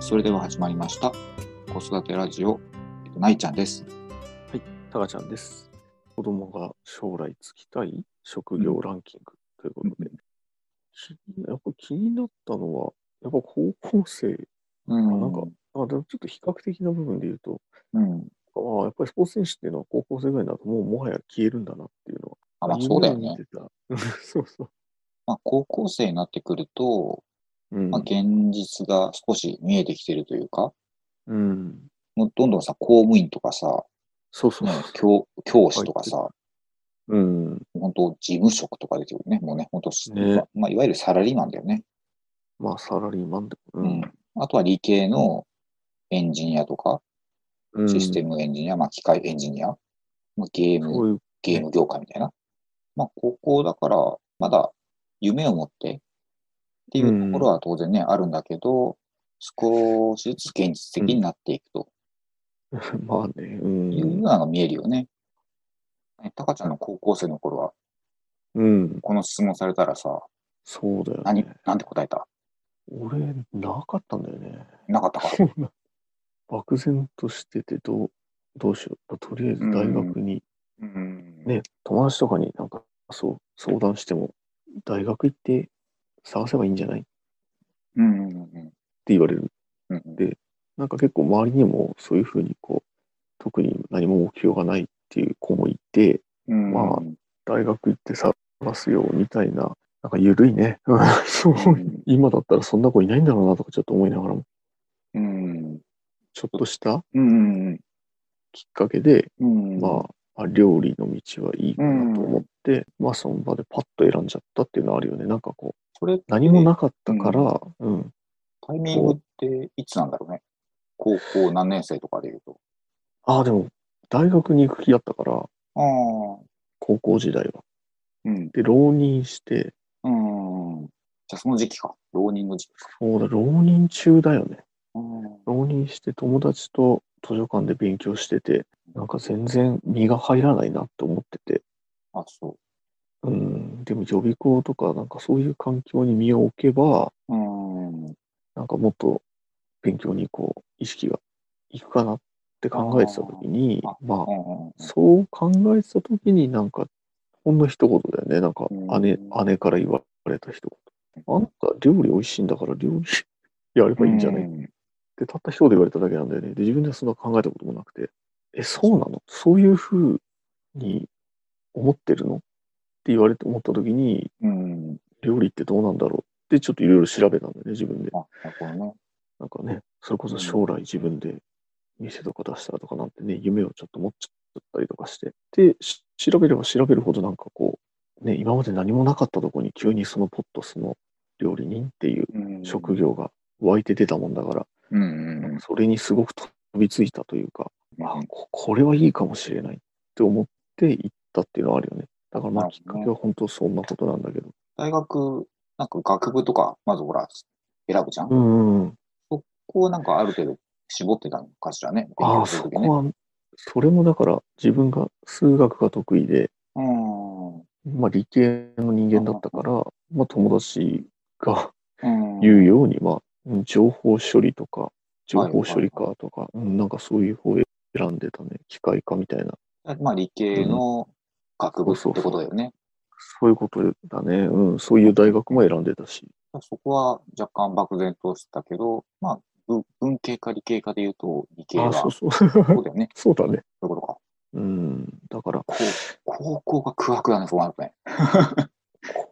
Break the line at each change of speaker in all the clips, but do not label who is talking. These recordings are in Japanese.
それでは始まりました。子育てラジオ、えっとないちゃんです。
タカちゃんです。子供が将来就きたい職業ランキングということで、気にやっぱ気になったのは、やっぱ高校生、
うん
あなんか、あでもちょっと比較的な部分で言うと、
うん。
あやっぱりスポーツ選手っていうのは高校生ぐらいになると、もうもはや消えるんだなっていうのは。
あ、まあそうだよね
夢。見てた そうそう。
まあ高校生になってくると、
うん
まあ現実が少し見えてきてるというか、
うん、
もうどんどんさ、公務員とかさ、
そうそう
ね。教教師とかさ、
うん。
本当事務職とか出てくるね。もうね、本当、
ね
まあ、まあいわゆるサラリーマンだよね。
まあ、サラリーマンで。う
うん。あとは理系のエンジニアとか、
うん
システムエンジニア、まあ機械エンジニア、まあ、ゲーム
そういう、
ゲーム業界みたいな。まあ、高校だから、まだ夢を持ってっていうところは当然ね、あるんだけど、少しずつ現実的になっていくと
まあね、う。
いうんのが見えるよね。えタカちゃんの高校生の頃は、
うん。
この質問されたらさ、
そうだよね。
何、なんて答えた
俺、なかったんだよね。
なかったか。
漠然としてて、どう、どうしよう。とりあえず大学に、
うん
ね、友達とかになんか、そう、相談しても、大学行って探せばいいんじゃないって
うんうんうん
言われる。
うんうん
でなんか結構周りにもそういうふうにこう、特に何も目標がないっていう子もいて、
うん
まあ大学行って探すよみたいな、なんか緩いね。 そう、今だったらそんな子いないんだろうなとかちょっと思いながらも、
うん
ちょっとした
うんうん
きっかけで、
うんうん
まあ、あ料理の道はいいかなと思って、まあその場でパッと選んじゃったっていうのはあるよね。なんかこう、
それって
何もなかったから、うん、
タイミングっていつなんだろうね。高校何年生とかでいうと。
ああ、でも、大学に行く気だったから、
ああ、
高校時代は。
うん。
で、浪人して、
うん。じゃあその時期か。浪人の時期か。
そうだ、浪人中だよね。
うん。
浪人して友達と図書館で勉強してて、なんか全然身が入らないなって思ってて、
あ、そ
うん、でも予備校とか、なんかそういう環境に身を置けば、
う。うん。
なんかもっと勉強にこう意識がいくかなって考えてた時に
あ
ま
う
あ
ん
そう考えてた時になんかほんの一言だよねなんか
うん
姉,、姉から言われた一言あんた料理美味しいんだから料理やればいいんじゃないっ
うん
てたった一言言われただけなんだよねで自分ではそんな考えたこともなくてえそうなのそういうふうに思ってるのって言われて思った時に
うん。
料理ってどうなんだろうってちょっといろいろ調べたんだよね自分で。
あ、なるほどね。
なんかね、それこそ将来自分で店とか出したらとかなんてね、夢をちょっと持っちゃったりとかして。で、し調べれば調べるほどなんかこう、ね、今まで何もなかったとこに急にそのポットスの料理人っていう
うん
職。業が湧いて出たもんだから、
うん
なん
う
かそれにすごく飛びついたというか、
ん。
あここれはいいかもしれないって思って行ったっていうのはあるよね。だからまあ
なる
きっ
ほど
か
ね
けは本当そんなことなんだけど。
大学、なんか学部とか、まずほら、選ぶじゃん。
う
こ
んうん。
こうなんかある程度絞ってたのかしらね。勉
あ
強
あ、
する
そ
時
こ
ね。
は、それもだから自分が数学が得意で、
うん。う
まあ、理系の人間だったから、まあ、友達が
ん。
言うように、まあ、うん情報処理とか、情
はいはい
報処理科とか、うんなんかそういう方を選んでたね。機械科みたいな。
まあ理系の学部ってことだよね。
そういうことだね。うん、そういう大学も選んでたし。
そこは若干漠然としてたけど、まあ、ぶ文系か理系かで言うと、理系は
ああ、そう そう。
そうだよね。
そうだね。
そういうことか。
うん、だから、
こう高校が空白だね、そうなるとね。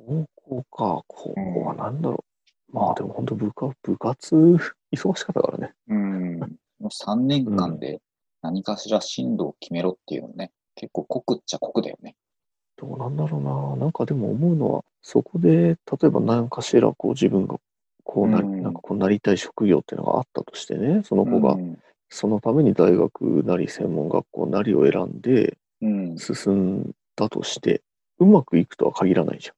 高校か、高校はなんだろう。まあ、でも本当部活、部活、 忙しかったからね。
うん。3年間で何かしら進路を決めろっていうのね、結構濃くっちゃ濃くだよね。
どうなんだろうな。なんかでも思うのは、そこで、例えば何かしらこう自分がこうな
う
り、
ん
なんかこうなりたい職業っていうのがあったとしてね、その子が、
うん。
そのために大学なり専門学校なりを選んで
うん。
進んだとして、うまくいくとは限らないじ
そ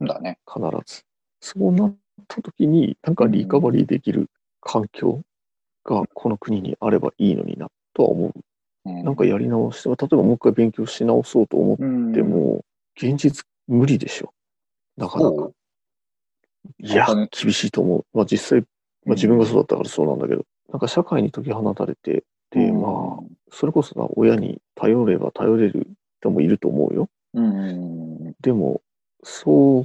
うだね。
ゃん、必ず。そうなった時に、なんかリカバリーできる環境がこの国にあればいいのになとは思
う
う。
ん
なんかやり直して、例えばもう一回勉強し直そうと思っ
うん
で、も、現実無理でしょ。なかな
そ
か
う。
いや
他に、
厳しいと思う。まあ実際、まあ自分がそうだったからそうなんだけど、なんか社会に解き放たれて、で、
うん
まあ、それこそさ、親に頼れば頼れる人もいると思うよ。
うん。うん。
でも、そ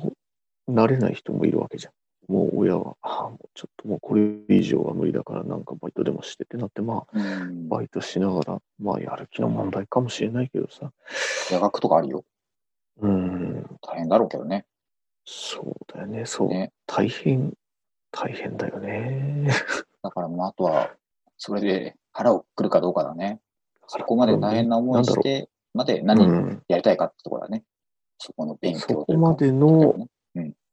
うなれない人もいるわけじゃん。もう親は、ああ、もうちょっともうこれ以上は無理だから、なんかバイトでもしてってなって、まあ、
うん、
バイトしながら、まあ、やる気の問題かもしれないけどさ。
夜学とかあるよ。
うん、
大変だろうけどね。
そうだよね。そう。
ね。
大変、大変だよね。
だからもうあとは、それで腹をくるかどうかだね。 そこまで大変な思
ないんだ
し
ろ
て、まで
う。う
何
ん。
やりたいかってところだね。そこの勉強とい
そう
か。
こまでの、
うん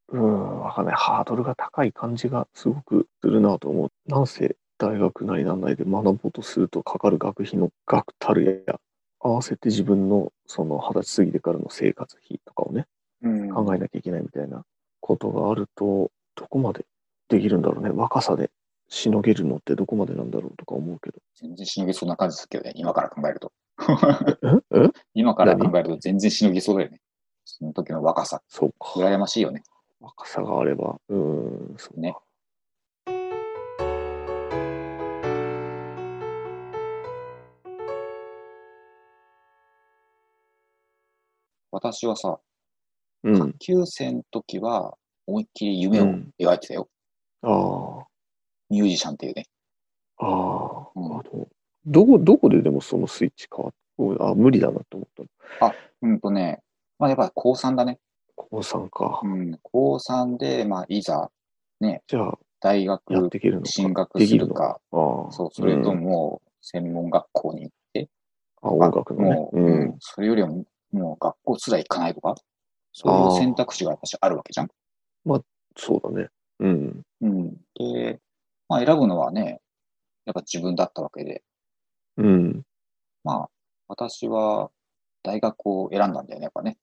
うん、わかんない。ハードルが高い感じがすごくするなと思う。なんせ大学なりなんなりで学ぼうとするとかかる学費の額たるや、合わせて自分のその二十歳過ぎてからの生活費とかをね、
うん
考えなきゃいけないみたいなことがあると、どこまでできるんだろうね。若さでしのげるのってどこまでなんだろうとか思うけど。
全然しのぎそうな感じするけどね、今から考えると。
ええ
今から
何
考えると全然しのぎそうだよね。その時の若さ、
そうか。
羨ましいよね。
若さがあれば、うーん、そうか
ね。私はさ、
うん。
9歳の時は思いっきり夢
う
を
ん、
描いてたよ。
あ
ミュージシャンっていうね。
あ、ああ、
うん
あの、どこ、どこででもそのスイッチ変わっあ、無理だなと思ったの。
うんとね、まあやっぱり高3だね。
高3か。
うん、高3で、まあいざ
じゃあ、
大
やっ
学
ていけるのか。
進学
ですき
る
の
か、
ああ、
そう、それと
うん
もう専門学校に行って、
あ、音楽のね。
もう、
う
うん
ん。
それよりも、もう学校すら行かないとか、そういう選択肢が私あるわけじゃん。
そうだね。うん。
うん。で、まあ選ぶのはね、やっぱ自分だったわけで、
うん。
まあ私は大学を選んだんだよね、やっぱね。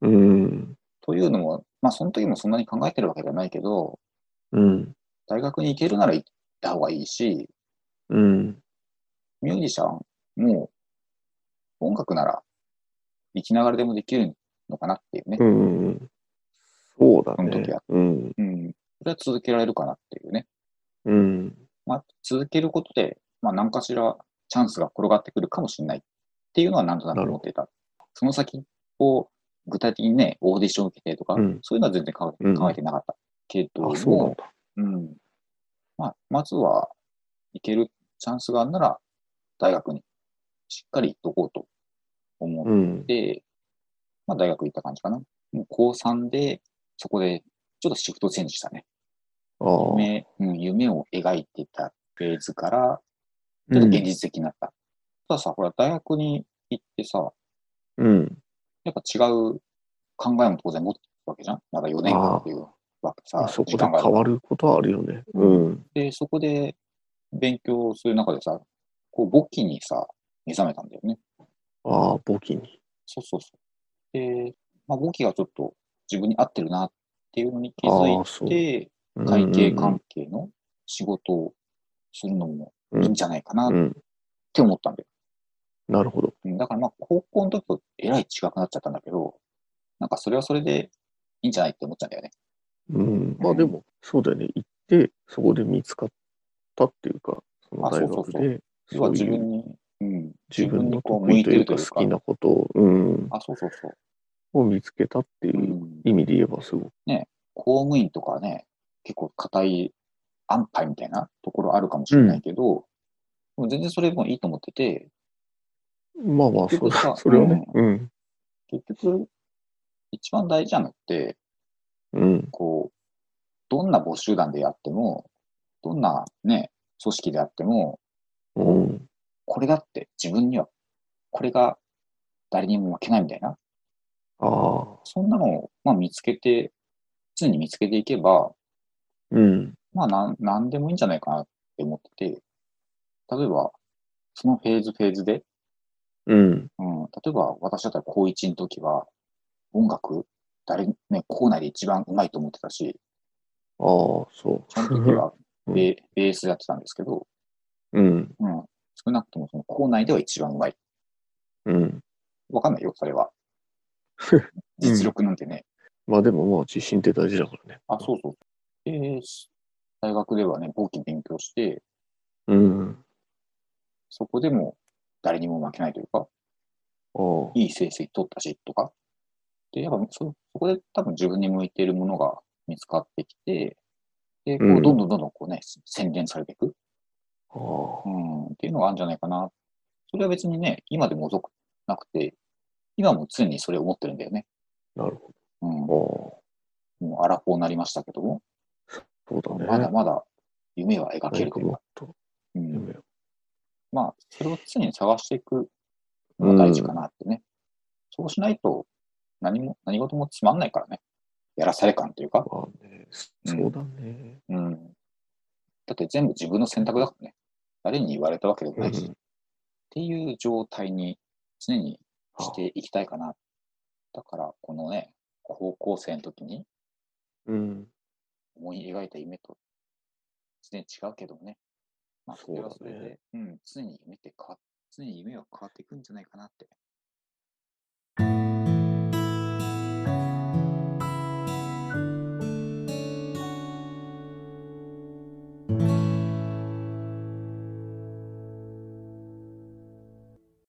うん。
というのも、まあその時もそんなに考えてるわけじゃないけど、
うん。
大学に行けるなら行った方がいいし、
うん。
ミュージシャンも音楽なら生きながらでもできるのかなっていうね。
うん。そうだ
その時
ね
は。
うん。
うん。それは続けられるかなっていうね。
うん。
まあ続けることで、まあ何かしらチャンスが転がってくるかもしれないっていうのはなんとなく思っていた。その先を具体的にね、オーディション受けてとか、
うん
そういうのは全然考え
うん
考えてなかった。けど
あ、そうなん
も、
だ。
うん。まあ、まずは、行けるチャンスがあるなら、大学にしっかり行っとこうと思っ
うん。
で、まあ大学行った感じかな。もう高3で、そこでちょっとシフトチェンジしたね。
ああ。
夢うん、夢を描いてたフェーズから、ち
う
ょっと
ん
現実的になった。たださ、ほら、大学に行ってさ、
うん。
やっぱ違う考えも当然持ってるわけじゃんまだ4年間っていうわけさ。
そこ
時
で
間がある
変
から
わることはあるよね。
う
うん。
で、そこで勉強する中でさ、こう、簿記にさ、目覚めたんだよね。
ああ、簿記に。
そうそうそう。で、まあ、簿記がちょっと自分に合ってるなっていうのに気づ
ああ
い
そう
て、
うん
会計関係の仕事をするのもいいんじゃないかなっ
うん。
て思ったんだよ。
なるほど。
うんだからまあ高校の時とえらい違くなっちゃったんだけど、なんかそれはそれでいいんじゃないって思っちゃうんだよね。
うん、まあでも、そうだよね。行って、そこで見つかったっていうか、その
あ
大
そうそう
学
そう
で、
要は
そう
自
い
分
う
に、うん、
自分の
こう
得
向い
意と
て
い
る
う
と
か
いう
好き
か、
なことを、うん、
あ、そうそうそう。
を見つけたっていううん意味で言えば、すごく、
公務員とかはね、結構硬い安牌みたいなところあるかもしれないけど、でも全然それもいいと思ってて、
まあまあ、
結
そ
局
う
さ
だ、それはね、うん、
結局、一番大事なのって、
うん、
こう、どんな募集団でやっても、どんなね、組織であっても、
うん、
これだって自分には、これが誰にも負けないみたいな、
ああ、
そんなのを、まあ、見つけて、常に見つけていけば、
うん、
まあなん、なんでもいいんじゃないかなって思ってて、例えば、そのフェーズフェーズで、
うん、
うん、例えば私だったら高1の時は、音楽、誰に、ね、校内で一番上手いと思ってたし、
ああ、そ
その時は
うん
ベ,、ベースやってたんですけど、
う、うん、
うん、少なくともその校内では一番うまい。
うん。
わかんないよ、それ は。実力なんてね。
まあでも、まあ、自信って大事だからね。
あ、そうそう。で、大学ではね、簿記勉強して、
うん。
そこでも誰にも負けないというか、
ああ。
いい成績取ったしとか。で、やっぱそそこで多分自分に向いているものが見つかってきて、で、こ
うん
うどんどんどんどんこうね、宣伝されていく、
ああ。
うん、っていうのがあるんじゃないかな。それは別にね、今でも遅くなくて、今も常にそれを思ってるんだよね。
なるほ
うん、も
ど。
う荒法になりましたけども、
ああ。そうだね。
まだまだ夢は描け
何
る
か
という
も
か
っ、と
うん、
夢を。
まあ、それを常に探していくのが大事かなってね。そうしないと、何も、何事もつまんないからね。やらされ感というか。
まあね、そうだね。
うん。だって全部自分の選択だからね。誰に言われたわけでも
う
ないし、っ
ん。
ていう状態に常に
あ
していきたいかな。だから、このね、高校生の時に
うん。
思い描いた夢と全然違うけどもね。まあ、それはそれで、
そうだね
うん、常に夢って変わっ常に夢は変わっていくんじゃないかなって